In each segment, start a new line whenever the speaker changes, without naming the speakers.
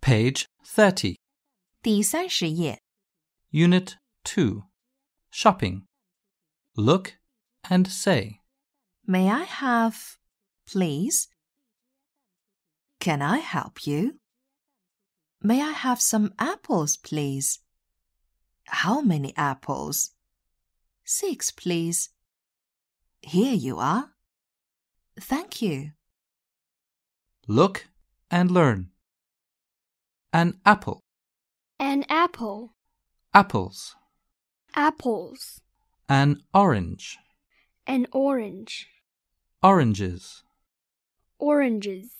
Page 30,
第三十页，
Unit 2. Shopping. Look and say.
May I have, please? Can I help you? May I have some apples, please? How many apples? Six, please. Here you are. Thank you.
Look and learn. An apple,
An apple.
apples,
Apples.
an orange,
An orange.
oranges,
Oranges.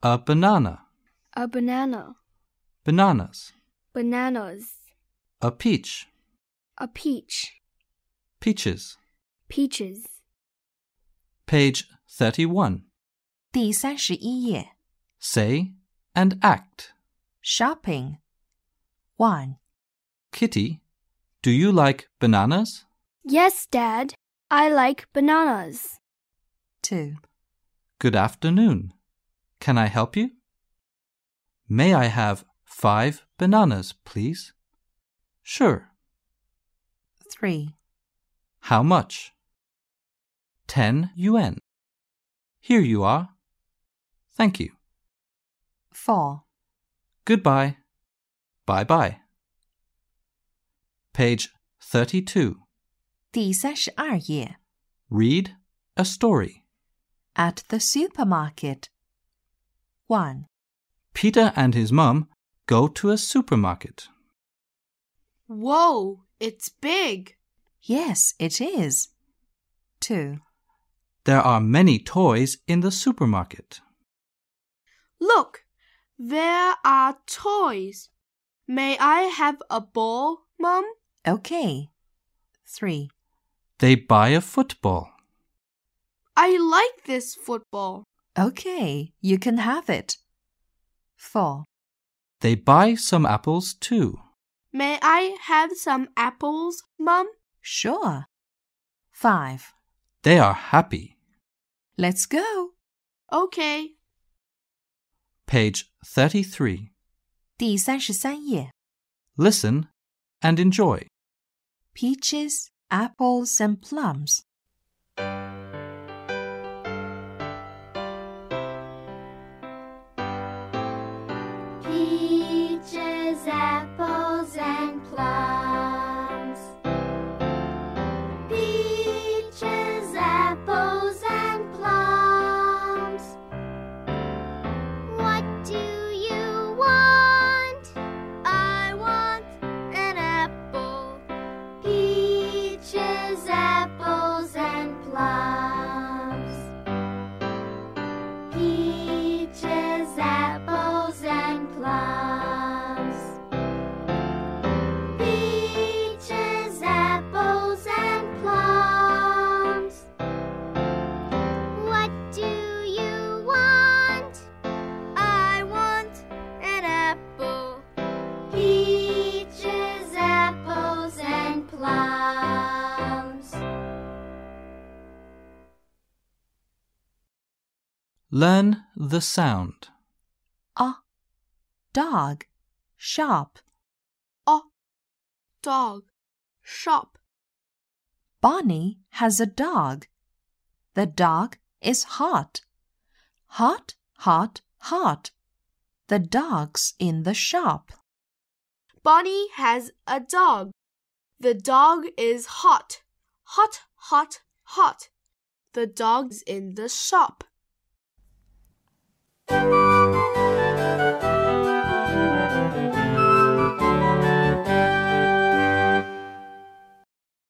a banana,
A banana.
bananas,
Bananas.
a peach,
A peach.
peaches.
Peaches.
Page 31.
第三十一页
Say and act.
，shopping. One,
Kitty, do you like bananas?
Yes, Dad. I like bananas.
two,
Good afternoon. Can I help you? May I have five bananas, please? Sure.
three,
How much? Ten yuan. Here you are. Thank you.
four,
Goodbye. Bye bye. Page 32.
第三十二页
Read a story.
at the supermarket. One,
Peter and his mum go to a supermarket.
Whoa, it's big.
yes, it is. Two,
There are many toys in the supermarket.
Look, there are toys. May I have a ball, Mum?
okay. Three,
They buy a football.
I like this football.
okay, you can have it. Four,
They buy some apples too.
May I have some apples, Mum?
sure. Five,
They are happy.
let's go.
Okay.
Page 33.
第三十三页
Listen and enjoy.
，peaches, apples and plums.
peaches, apples, and plums. Peaches, apples, and plums. What do you want? I want an apple. Peaches, apples, and plums. Peaches, apples, and plums. Peaches, apples, and plums. What do you want? I want an apple. Peaches, apples, and plums.
Learn the sound.
a, dog, shop,
A dog. Shop.
Bonnie has a dog. The dog is hot. Hot, hot, hot. The dog's in the shop.
Bonnie has a dog. The dog is hot. Hot, hot, hot. The dog's in the shop.